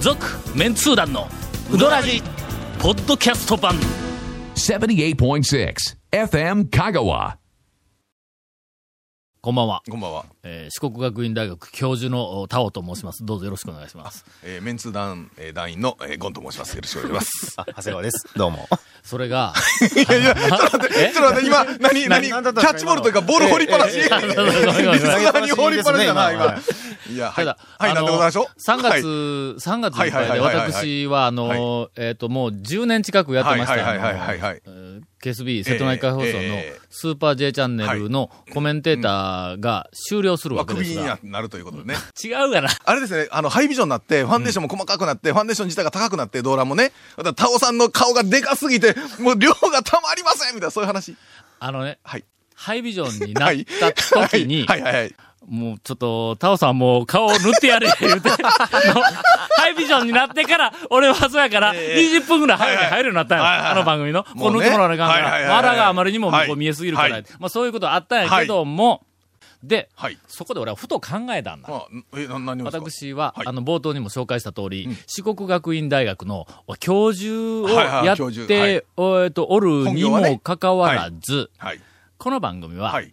続メンツー団のウドラジポッドキャスト版78.6 FM Kagawa. こんばんは、こんばんは。えー四国学院大学教授のお田尾と申しますどうぞよろしくお願いしますえー、メンツ団、えー、団員の、えー、ゴンと申します。よろしくお願いします。あ、長谷川です。ど うも。それがえちょっと待って、今、何、何、キなャんだったんですかッチボールというか、ボール掘りっぱなし。ごめんごめんごめんリスナーに放りっぱなしだな、今今。いや、はたい。だ、はい、なんでございましょう。 3はい月、、3月いっぱいはいで、はいはいはいはい私は、あの、えっと、もう10年近くやってました。はいはいはいあのはいはいえー KSB 瀬戸内海放送のええスーパー J チャンネルのコメンテーターが終了するまあ、わけクでビすにがな。なるということでね。違うから。あれですね、あの、ハイビジョンになって、ファンデーションも細かくなって、ファンデーション自体が高くなって、ドーランもね、また、タオさんの顔がでかすぎて、もう量がたまりませんみたいな、そういう話。あのね、はい。ハイビジョンになはっい。た時に、はいはいはい。もうちょっと、タオさんもう顔を塗って やれ、言うて。あのハイビジョンになってから、俺はそうやから、20分ぐらい早く入るようになったんはいはいや。はいあの番組の。こもううね塗ってもらわなあかんかはいはいはいら。はいわらがあまりにも向はこうい見えすぎるからはい。まあそういうことあったんやけども、で、はい。そこで俺はふと考えたんだ。まあ、え、な、何をですか私は、はいあの、冒頭にも紹介した通り、四国学院大学の教授をはいはいやっ教授はいて、おえっと、おる本に業はねもかかわらず、はい。この番組は、はい。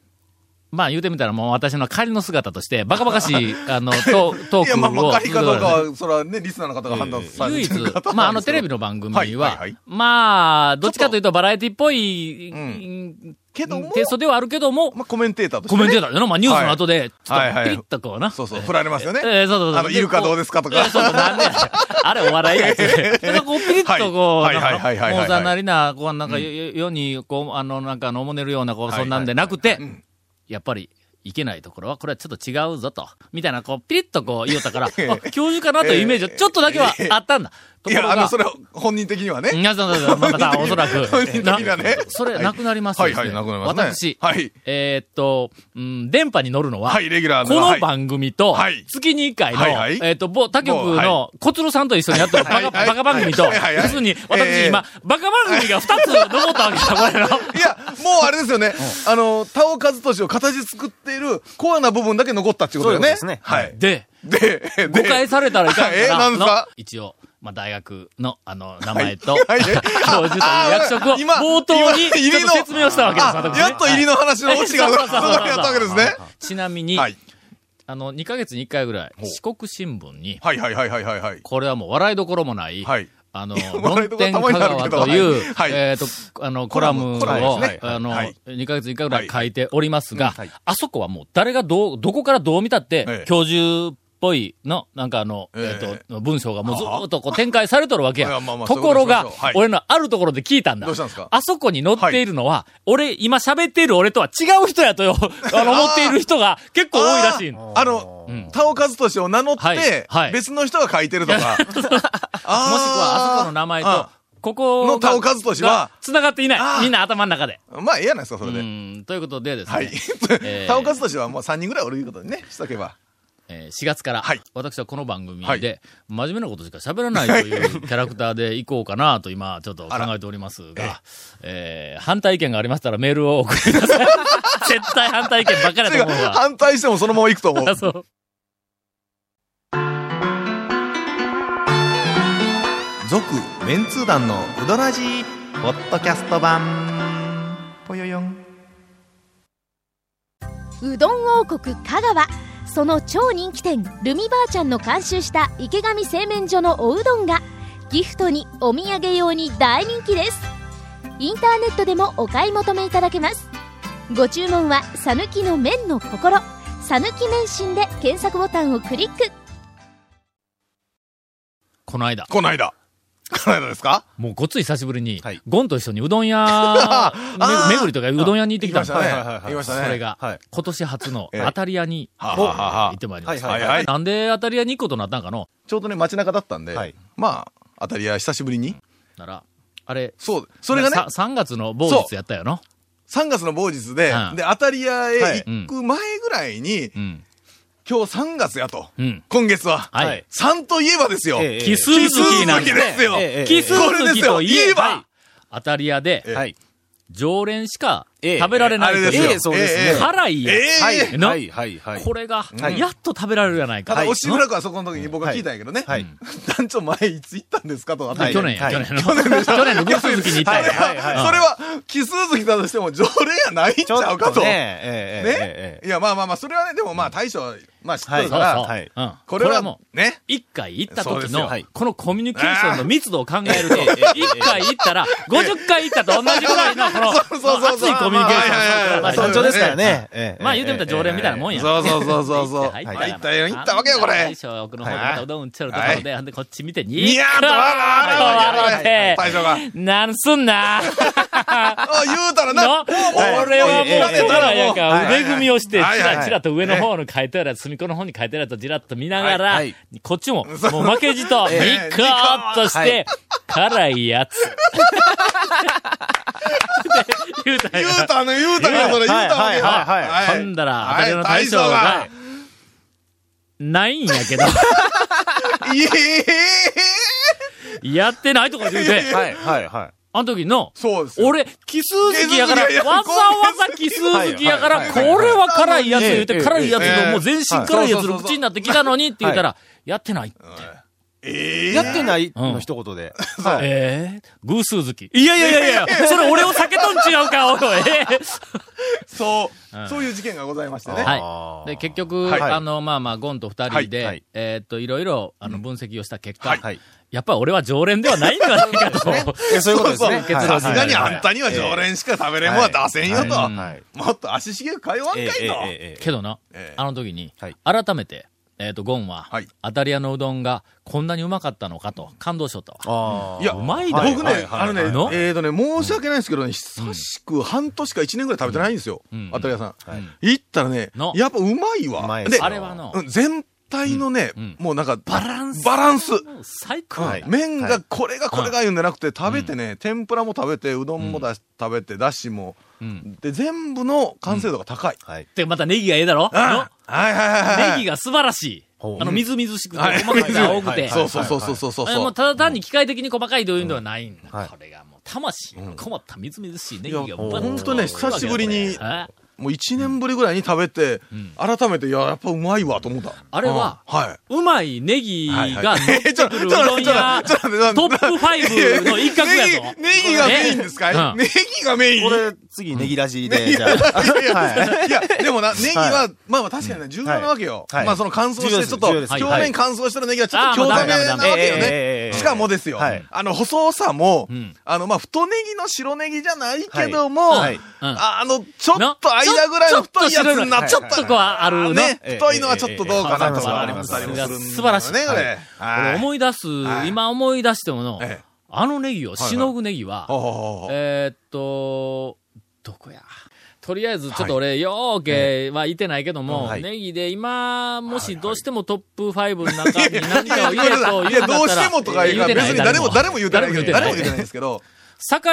まあ言うてみたらもう私の仮の姿として、バカバカし い、あの、トートーいや、クまあ、まをあ、仮かどうかは、それはね、リスナーの方が判断され唯て一るかと、まあ、あ思の、うんですテけどレビの番組は、はいはいはいまあ、どっちかというとバラエティっぽい、うテけども、イストではあるけども、まあ、コメンテーターとして、コね。メンテーターだよな、まあ、ニュースの後で、ちょはいっはといピッとこうな。そうそう、振られますよね。えーそうそうそうあの、いるかどうですかといやか。そうそう、なんでやねんあれお笑いやつ。なんかこう、ピリッとこう、はいなんはいはいはいはか、いはいもうざなりな、こう、なんか、よ世に、こう、あの、なんか、のもねるような、こう、はいそんなんでなくてん、やっぱり、いけないところは、これはちょっと違うぞと。みたいな、こう、ピリッとこう、言おった から、あ、教授かなというイメージは、ちょっとだけはあったんだ。といころや、あがの、それ、本人的にはね。いや、そうそうそう、まあまあ、おそらく。 本人的にはねなそれ、なくなりますよはいはいなくなりますね私、はいえーっと、うん、電波に乗るのは、はいレギュラーこののはい番組と、はい月に1回の、はいはいえーっと、某他局某はの、小鶴さんと一緒にやってるバカ、はいバカ番組と、はいはいはい要するに、私、えー今、バカ番組が2つ残ったわけだ、これの。いや、もうあれですよね。あの、田尾和俊を形作っているコアな部分だけ残ったっていうことだよね。そういうことはい。で、 で、誤解されたらいかんかえーら、なんすかの一応、まあ、大学の、あの、名前と、は い教授という役職を、今冒頭に、今入りちょっのと説明をしたわけです、あ私ねやっと入りの話のオチが、そう そそうそううそうやったわけですね。ちなみに、はい。あの、2ヶ月に1回ぐらい、ほう四国新聞に、はいはいはいはいはいはい。これはもう笑いどころもない、はいあの、笑論いどころ点た香まにある川けどという、はいはいえっ、と、あの、コラムを、コラムコラムですねあの、はい2ヶ月に1回ぐらい書いておりますが、はいうんはいあそこはもう誰がどう、どこからどう見たって、ええ教授っぽいの、なんかあの、ええっ、えと、文章がもうずーっとこう展開されとるわけいや。やまあまあところがそういうことにしましょうはい俺のあるところで聞いたんだ。どうしたんですかあそこに載っているのは、俺、今喋っている俺とは違う人やとよ、あの、思っている人が結構多いらしいの。あの、田尾和俊を名乗って、はいはい別の人が書いてると か。もしくもしくはあそこの名前と、ここの田尾和俊は繋がっていなあい。ーみんな頭の中で。まあ、ええやないですか、そうれで。ん、ということでですね、 はい。えー田尾和俊はもう3人ぐらいおるいうことにね、しとけば。えー4月から、はい私はこの番組はいで、真面目なことしか喋らないと いうキャラクターでいこうかなと今、ちょっと考えておりますが、えー反対意見がありましたらメールを送り なさい。絶対反対意見ばっかりだてとか思うわ。反対してもそのまま行くと思 う。そう。続、メンツー団のウドラジポッドキャスト版。ぽよよん。うどん王国香川その超人気店ルミばあちゃんの監修した池上製麺所のおうどんがギフトにお土産用に大人気ですインターネットでもお買い求めいただけますご注文は「さぬきの麺の心」「さぬき麺心」で検索ボタンをクリックこの間、この間。この間ですかもうごっつい久しぶりに、はいゴンと一緒にうどん屋 あーめ、巡りとかうどん屋に行ってきたんです行きましたね。はいはいはい行きましたね。それが、はい今年初のええ当たり屋に、はあはあはあ行ってまいりました。はいはいはいなんで当たり屋に行くことになったんかのちょうどね、街中だったんで、はいまあ、当たり屋久しぶりに。なら、あれ、そう、それがね、さ3月の某日やったよな。 3月の某日で、うんで、当たり屋はいへ行く前ぐらいに、うん。今日3月やと。うん。今月は。はい。はい3といえばですよ。ええ奇数奇数月なん月で。ですすよ。ええええ奇数これで月すよといえば、言えば当たり屋で、えはい。常連しかええ食べられないあとれいうですよ。ええそうですね。ええ辛いやえつ。はい、なはい、はい、はい。これがう、んやっと食べられるやないたか。だ、押な村君はそこの時に僕は聞いたんやけどね。はい団長前いつ行ったんですかとかって。去年や、はい去年の。去年の牛鈴木に行ったんや。それは、奇数月だとしても常連やないんちちょゃうっかと。とね、ね。ええええええいや、まあまあまあ、それはね、でもまあ、大将、まあ知ってるそかうら、そう。はいうんこれはももう、う、ね。一回行ったそうで時すよのはい、このコミュニケーションの密度を考えると、ええ一回行ったら、50回行ったと同じぐらいの、この、 そうそうそう熱いコミュニケーションまあはいはいはいをまあ、して尊くださ重いですからね。ええまあ言うてみたら常連みたいなもんや。そうそうそうそうそ う。入入っったたよ、入入っったたよよ、行ったわけよ、こ大れ。将が奥の方でまたうどん打っちゃうところで、ほんでこっち見て、にいやーと、あらあらあらあら、大将が。なんすんなあ、言うた らな。の、俺はもう、たらやか、腕組みをして、ちはいはいはいらちらと上の方の書いてあるやつ、隅っこの方に書いてあるやつをじらっと見ながらはいは、こっちも、もう負けじと、ニ ええコーっとして、辛いやつ。 って言うたん 言やうたの、言うたの、それ、言うたわけよ。はいはいはほんだら、私の大将が、ないんやけ ど、いえやってないとか言うて、はい、はい、はい。あの時の、そうです。俺、奇数好きやから、奇数好きやいやわざわざ奇数好きやかはら、いこはいはいれは辛いやつええ言うて、ええ辛いやつえの、えもう全身辛いやつの口になってきたのにって言ったら、やってない。ええやってないの一言で。はい。ええ偶数好き。いやいやいやいや、 それ俺を避けとん違うか、お い。えそう、んそういう事件がございましてえね。はい。で、結局、はいあの、まあまあ、ゴンと二人で、はいえーっと、いろいろ、あの、分析をした結果、はい。やっぱり俺は常連ではないんではないかと。えそういうことでそうそすね。うはい結論さすがにあんたには常連しか食べれんもんは出せんよはとい。はい。もっと足しげく通わんかいええええと。ええけどな、ええあの時に、はい改めて、えっ、と、ゴンは、はいアタリアのうどんがこんなにうまかったのかと、感動しとったわ。あいや、うまいだろ僕はいね、はいあのねの、えーとね、申し訳ないんですけどね、久しく半年か1年ぐらい食べてないんですようん。あたりやさはいん。行ったらねの、やっぱうまいわ。うまいっすでよあれはの、うん全体のねうんうん、もうなんか、バランスバランス。もう最高だ、はい麺がこれがこれが言うんじゃなくて、食べてね、天ぷらも食べて、うどんもだし食べて、だしも。うん。で、全部の完成度が高い。あ。はい。で、またネギがええだろ、うんはいはいはいはい。のネギが素晴らしい。ほうあの、みずみずしくて、はい細かくて青くて。そうそうそうそうそうそう。あれもうただ単に機械的に細かいというんではないんだ。はいこれがもう魂のこもったみずみずしいネギがいやバッとほんとね久しぶりにあもう1年ぶりぐらいに食べて、改めて、いや、やっぱうまいわと思った。あれは、うんはうまいネギが乗ってくるうちょっ どとん屋、ちょっとちょっとちょっとトップ5の一角 やぞ。ネギネギがメインですねうかいんネギがメインこれ、次、ネギラジで、じゃあ。いやいや、でもな、ネギは、まあまあ確かにね、重要なわけよ。はいまあその乾燥し重要でて、すちょっと、重要です表はいは面い乾燥してるネギはちょあーっと強もめうなダメわダメけよダメえええええねえ。しかもですよはい、あの、細さもうん、あの、まあ太ネギの白ネギじゃないけども、はいうんうんあの、ちょっと間ぐらいの太いやつになっちちょゃっっとた。こうあるの。ね、ええ太いのはちょっとどうかなとかええええありますわかりますもするんだ素晴らしいね、こはれ。これはい思い出す、はい今思い出してもの、ええあのネギを、しのぐネギは、ほうほうほうほうえーっと、どこや。とりあえず、ちょっと俺、ようけはいてないけども、うんはいネギで今、もしどうしてもトップ5の中に何かをい入れやとい言うやんだったら、どうしてもとか言言ううかてら、な別いに誰も、誰も言うてないけど、誰も言誰うてないんですけど、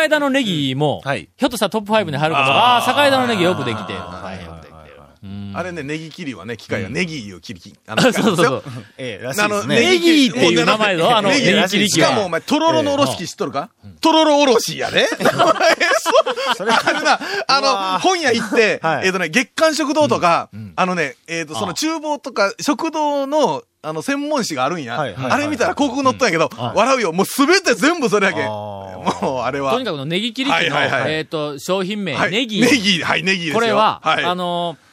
栄田のネギも、はいひょっとしたらトップ5に入るかも。ああー、栄田のネギよくできてる。大変よくできてる。うんあれね、ネギ切りはね、機械がネギを切り切り。あの そうそうそう。ええ、らしあいでのすネね。ギっていう名前のあのネギネギ切り器しかもお前、とろろのおろし器知っとるかとろろおろしや で。お前そうあれな、あの、本屋行って、 はいえっとね、月刊食堂とか、あのね、えっと、その厨房とか、食堂の、あの、専門誌があるんや。はいはいあれ見たら広告載ったんやけど、笑うよ。もうすべて全部それだけ。あーもう、あれは。とにかくのネギ切り器の、はいはいはいえーっと、商品名、はいネギ。ネギ、はい、ネギですよ。これは、はい、あのー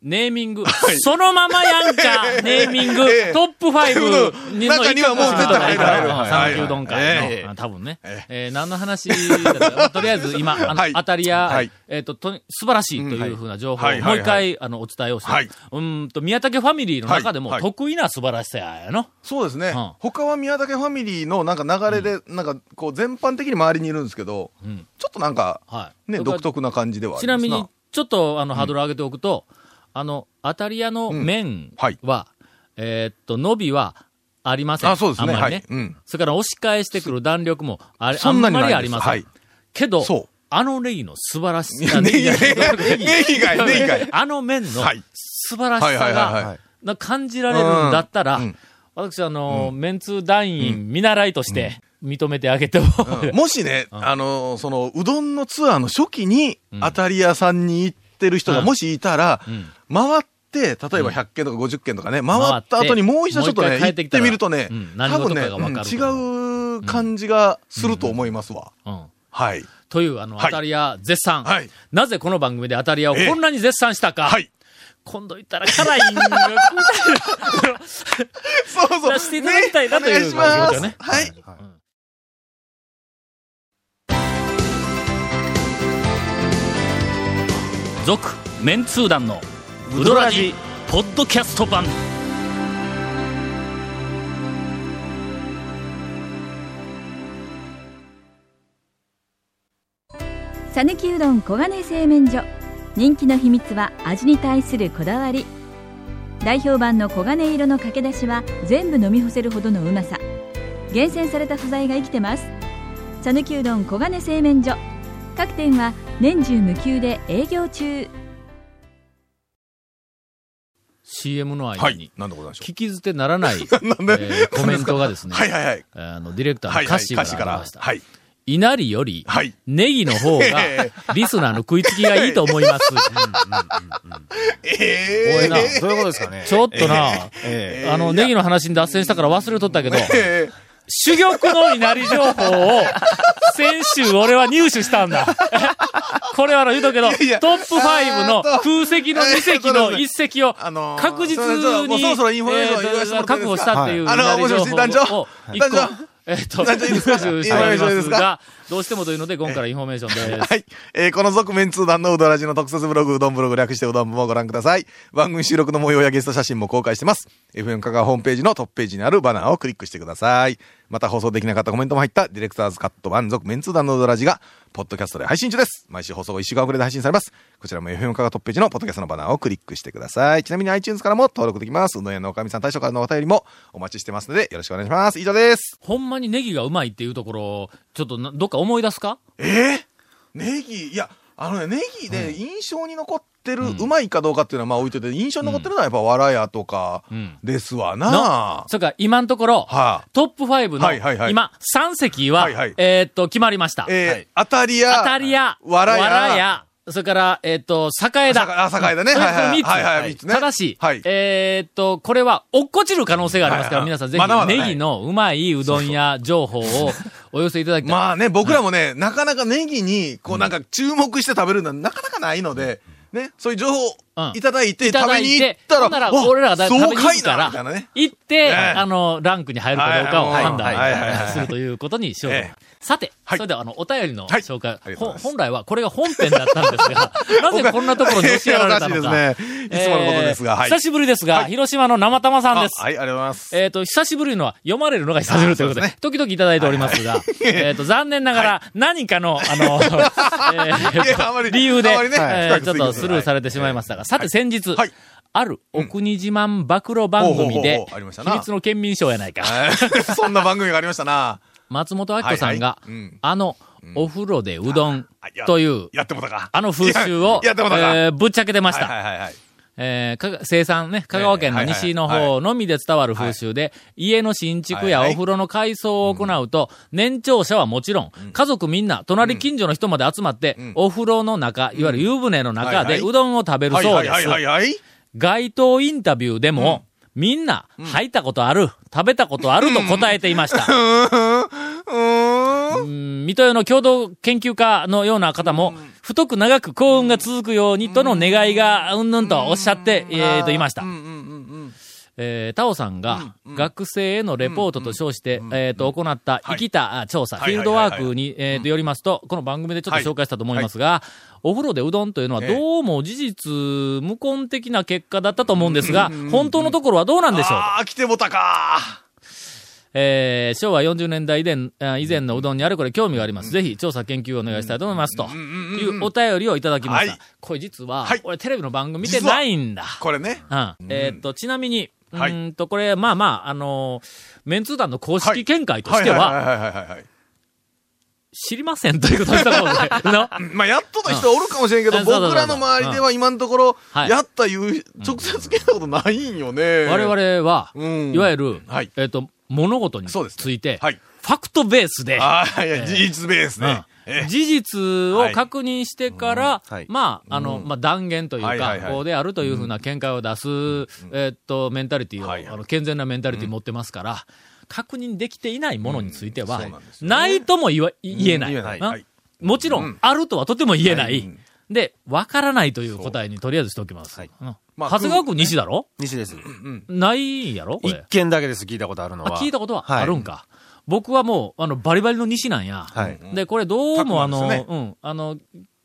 ネーミング、そのままやん か、ネーミング、ええトップ5にの中にはもう絶対入る入るあはい讃岐うどんは会いえの、えあ多分ね。ええー何の話だったまあとりあえず今、あはいの、当たりはやい、えっと、とに素晴らしいというふうな情報をはいもう一は回、あの、お伝えをして、はいうーんと、宮武ファミリーの中でもはいはい得意な素晴らしさやの。そうですね、ん他は宮武ファミリーのなんか流れで、なんかこう全般的に周りにいるんですけど、んちょっとなんか、はい。それね、から独特な感じではあちりまなすみに、ちょっとあの、ハードル上げておくと、あの、アタリアの麺は、はいえーっと、伸びはありません。あそうですねんまりね、はいうんそれから押し返してくる弾力もあれ、あそんんまなにないりですありません。はいけどそう、あのネギの素晴らしいさ。やネギじゃない ネギネギがいいネギがいいあの麺のはい素晴らしはいさはいはいはいが、な感じられるんだったら、うんうん私、あの、メンツ団員見習いとして認めてあげても、うんもしね、あの、その、うどんのツアーの初期に、当たり屋さんに行ってる人がもしいたら、回って、例えば100件とか50件とかね、回った後にもう一度ちょっともうね、一回帰っ行てっきたてらみるとね、うん何多事分かね、が分かるとうん違う感じがすると思いますわ。うんはい。という、あの、はい当たり屋絶賛、はいなぜこの番組で当たり屋をこんなに絶賛したか。はい。今度行ったら辛いんよそうそう。出していただきたいなというねお願いし感じですよます。ねはい。続、メンツー団の、ウドラジ、ポッドキャスト版。さぬきうどん黄金製麺所人気の秘密は味に対するこだわり代表版の黄金色のかけだしは全部飲み干せるほどのうまさ厳選された素材が生きてますさぬきうどん黄金製麺所各店は年中無休で営業中 CM の間に、はい。なんでございましょ聞き捨てなら ない、えーコメントがですう。ね、はいはいはい。あの、ディレクターのはいは歌い。詞歌詞かからありらまし。た。はい。稲荷より、はい。ネギの方が、リスナーの食いつきがいいと思い ます。ええ。なそういうことですかね。 ちょっとな、えあの、ネギの話に脱線したから忘れとったけど、ええ珠玉の稲荷情報を、先週俺は入手したん だ。これはあの言うとくけど、いやトップ5の空席の2席の1席をあのー確実それそれもうに、そろそろインフォメーション言わせてもえーらっていいですか確保したっていうはいあの稲荷情報をもをしもし団長一個団長えっと、団長いいですか入手しておりインフォメーショまンいいですすがか、どうしてもというので、今からインフォメーションです。はい。えーこの続面通談のうどらじの特設ブログ、うどんブログ略してうどんもご覧ください。番組収録の模様やゲスト写真も公開してます。FM 香川ホームページのトップページにあるバナーをクリックしてください。また放送できなかったコメントも入ったディレクターズカット版続面通談のうどらじが、ポッドキャストで配信中です。毎週放送後1週間遅れで配信されます。こちらも FM 香川トップページのポッドキャストのバナーをクリックしてください。ちなみに iTunes からも登録できます。うどん屋のおかみさん大将からのお便りもお待ちしてますので、よろしくお願いします。以上です。ほんまにネギがうまいっていうところ、ちょっとなどっか思い出すかネギ、いや、あのね、ネギで印象に残ってる、うまいかどうかっていうのはまあ置いといて、印象に残ってるのはやっぱ、わらやとかんですわのな。それから今のところ、はあトップ5の、はいはいはい今、3席は、はいはいえーっと、決まりました。えー、当たり屋。当たり屋、わらや。やそれから、えーっと、栄あ田。あ、栄だね。それはいはい。このはいは3いはい三つ。つね。ただし、はい。えーっと、これは落っこちる可能性がありますから、はいは皆いさんぜまだまだひ、ねネギのうまいうどんや情報をお寄せいただきたい。まあね、僕らもね、なかなかネギに、こうなんか注目して食べるのはなかなかないので、ね、そういう情報をうんいただいて、いた食だべい、に行ってたほら、んなら、わ俺らが食べに行く爽快かだならみたいなね、。行っえて、えあの、ランクに入るかどうかをはい判はいはいはい断するということにしようと思いますさて、はいそれでは、あの、お便りのはい紹介あり、がとうございほます本来はこれが本編だったんです が、なぜこんなところに押しやられたのおかか。し いですね。いつものことですが、えーはい。久しぶりですが、広島の生玉さんですあ。はい、ありがとうございます。えっ、と、久しぶりのは読まれるのが久しぶりということで、あ時々いただいておりますが、えっと、残念ながら、何かの、 あの、えーいやあまり理由で、あまりねえー深くちょっとスルーされてしまいましたが、さて先日、はいあるお国自慢暴露番組ほうほうほでうほうありまし、た秘な密の県民賞やないか。 そんな番組がありましたな。松本明子さんが、はいはいうんあの、お風呂でうどんあやという、やってもたか。あの風習を、ややってもたか。えーぶっちゃけてました。はいはいはいはい。えーかが生産ね、香川県の西のはいはい方のみで伝わる風習で、家の新築やはおいはい風呂の改装を行うと、年長者はもちろん、家族みんな、隣近所の人まで集まって、お風呂の中、いわゆる湯船の中はでいはいうどんを食べるはいそうはでいすは。いはいはい。街頭インタビューでも、みんな、入ったことある、食べたことあると答えていました。うん水戸屋の共同研究家のような方も、太く長く幸運が続くようにとの願いが、うんぬんとおっしゃって、えーと、いました。えータオさんが、学生へのレポートと称して、えーと、行った、生きたあ調査、フはいィールドワークに、えーと、よりますと、この番組でちょっと紹介したと思いますが、お風呂でうどんというのは、ええどうも事実、無根的な結果だったと思うんですが、本当のところはどうなんでしょうとああ、来てもたか。えー昭和40年代以前あ以前のうどんにあれこれ興味があります。ぜひ調査研究をお願いしたいと思います。というお便りをいただきました。はいこれ実は、はい俺テレビの番組見てないんだ。これね。うん、えーっと、ちなみに、うはいーんと、これ、まあまあ、あのーメンツー団の公は式い見解としては、はいはいはいはいはい。知りませんということにしたもんね。 なまあ、やっとの人おるかもしれんけど、うん僕らの周りでは今のところ、はいやったいう、直接聞いたことないんよね。我々は、うんいわゆる、はいえっ、と、物事にそうですついて、はいファクトベースで、ああ、いや、事実ベースね。うんええ事実を確認してから、うんはいまあ、あの、まあ、断言というか、はいはいはいこうであるというふうな見解を出す、えっと、メンタリティを、はいはいあの、健全なメンタリティを持ってますから、確認できていないものについては、うんそうなんですよねないとも言わ言えない。言えないなはいもちろん、あるとはとても言えない。はいうんで、わからないという答えにとりあえずしておきます。はいうんまあ長谷川区西だろ西です。ないんやろこ一れ。件だけです、聞いたことあるのあ、は。聞いたことはあるんか。僕はもう、あの、バリバリの西なんや。はい。で、これどうもあパックの、なんですうん、あの、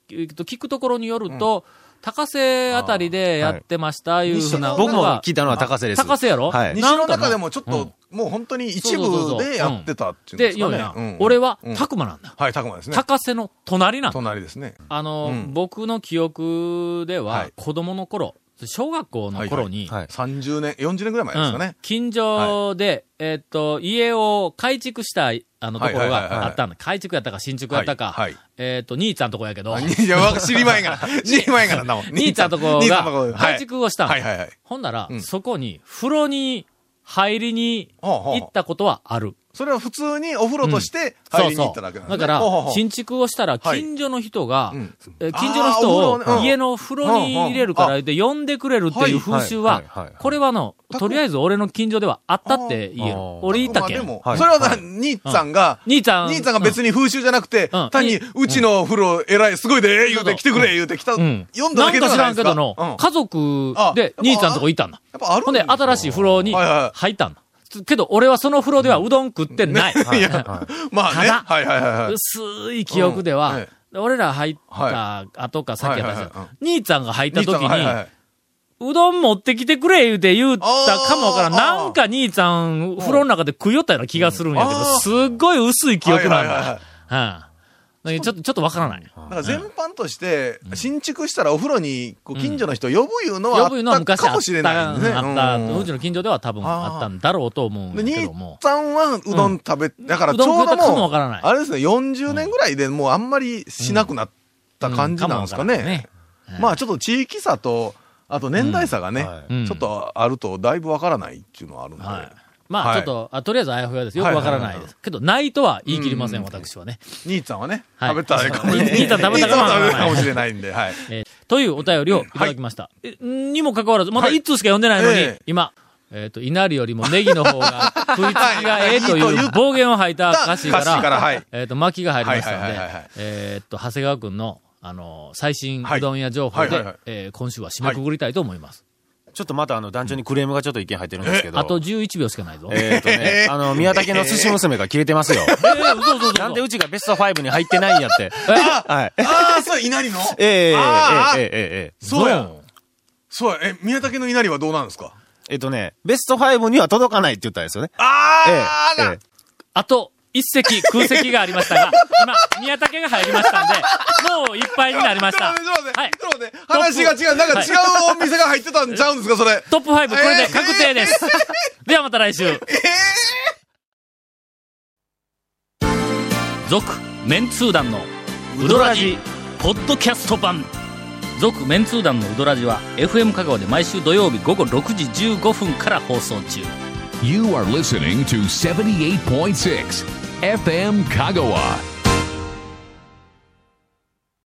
えっと聞くところによると、高瀬あたりでやってました、いうふうな。西の僕も聞いたのは高瀬です。高瀬やろはい西の中でも。もちょっと、もう本当に一部でやってたっていうんでで、すかよね。いなうん、俺はうん、たくまなんだ。はい、たくまですね。高瀬の隣なんだ。隣ですね。あの、うん僕の記憶では、はい子供の頃、小学校の頃に、はい。 30年、40年ぐらい前ですかうねん。近所で、えーっと、家を改築した、あの、とはいころはいはいはがいあったんだ。改築やったか、新築やったか、はいはいえーっと、兄ちゃんとこやけ ど、いや、わ知りまへ んがな。知りまへんがな、んなもん。兄ちゃんとこ兄ちゃんとこが改築をしたんだはいはいはい。ほんなら、うんそこに、風呂に入りにほうほう行ったことはある。それは普通にお風呂としてそう入りに行そったう。だけなんだからほうほうほ、う新築をしたら、はい近所の人が、うんえ近所の人あーお風呂をねうん家の風呂に入れるからで呼んでくれるっていう風習ははいはいはいはい、これはの、たくとりあえず俺の近所ではあったって言えるあー。俺言ったけまあんで。もはいそれはなはい兄ちゃんが、兄ちゃん。兄ちゃんが別に風習じゃなくてうん、単に、うちのお風呂偉い、すごいで、言ううんて来てくれ、言うて来た、う読んん。だだなんけでかは知ならいんけですか。どの、うん家族あやっでぱ兄ちゃんとこ行ったんだ。やっぱあるほんで、新しい風呂にはいは入ったんだ。つけど、俺はその風呂ではうどん食ってない。いや、まあね。ただはいはいはいはい。薄い記憶では、うんえ俺ら入った後か先やったんですよはいはいはい兄ちゃんが入った時に、兄ちゃんがはいはいはいうどん持ってきてくれ言うて言ったかもわからん。あーあーなんか兄ちゃん、風呂の中で食いよったような気がするんやけうどんあ、ーすっごい薄い記憶なんはいはいはいだ。うん。だけどちょっと、ちょっとわからない。だから全般として、新築したらお風呂に、こう、近所の人呼ぶいうのは、呼ぶのはあった昔あかっもしれないた、ですね。あうんった、うちの近所では多分あったんだろうと思うんでだけ兄ども。さんはうどん食べ、だからうちょどうん食べどたかももわう、からないあれですね、40年ぐらいでもうあんまりしなくなった感じなんですかうんうんかもわねか。らんねまあちょっと地域差と、あと年代差がね、はいうんちょっとあるとだいぶわからないっていうのはあるんで。はい。まあ、はいちょっと、あとりあえずあやふやです。よくわからないです。けど、ないとは言い切りません、私はね。兄ちゃんはね、はい食べたらかもしれない。兄ちゃん食べたかも 兄ちゃん食べたかもしれないんで、はい。えーというお便りをいただきました。えにもかかわらず、まだ一通しか読んでないのに、はいええ今、えっ、と、稲荷よりもネギの方が 食いつきがええとはいはいいはうい暴言を吐いた歌詞から、歌詞からはいえっ、と、巻きが入りましたので、はいはいはいはいえっ、と、長谷川くんの、あの、最新はいうどん屋情報はいではいはい、えー今週は締めくくりたいと思います。ちょっとまたあの、団長にクレームがちょっと意見入ってるんですけど。あと11秒しかないぞ。えっ とね、あの、宮武の寿司娘が切れてますよ。えー嘘嘘嘘なんでうちがベスト5に入ってないんやって。はい。ああ、そう、稲荷のええええあーええええそうや。そうや。え、宮武の稲荷はどうなんですかえっとね、ベスト5には届かないって言ったんですよね。ああ、ええなええあと、一席、空席がありましたが、今、宮武が入りましたんで、もういっぱいになりました。ちょっと待ってはい。ちょっと待って話が違う。なんか違うお店が入ってたんちゃうんですか、それ。トップ5、これで確定です。ではまた来週。続、メンツー団の、ウドラジ、ポッドキャスト版。続、メンツー団のウドラジは、FM 香川で毎週土曜日午後6時15分から放送中。 You are listening to 78.6 FM Kagawa.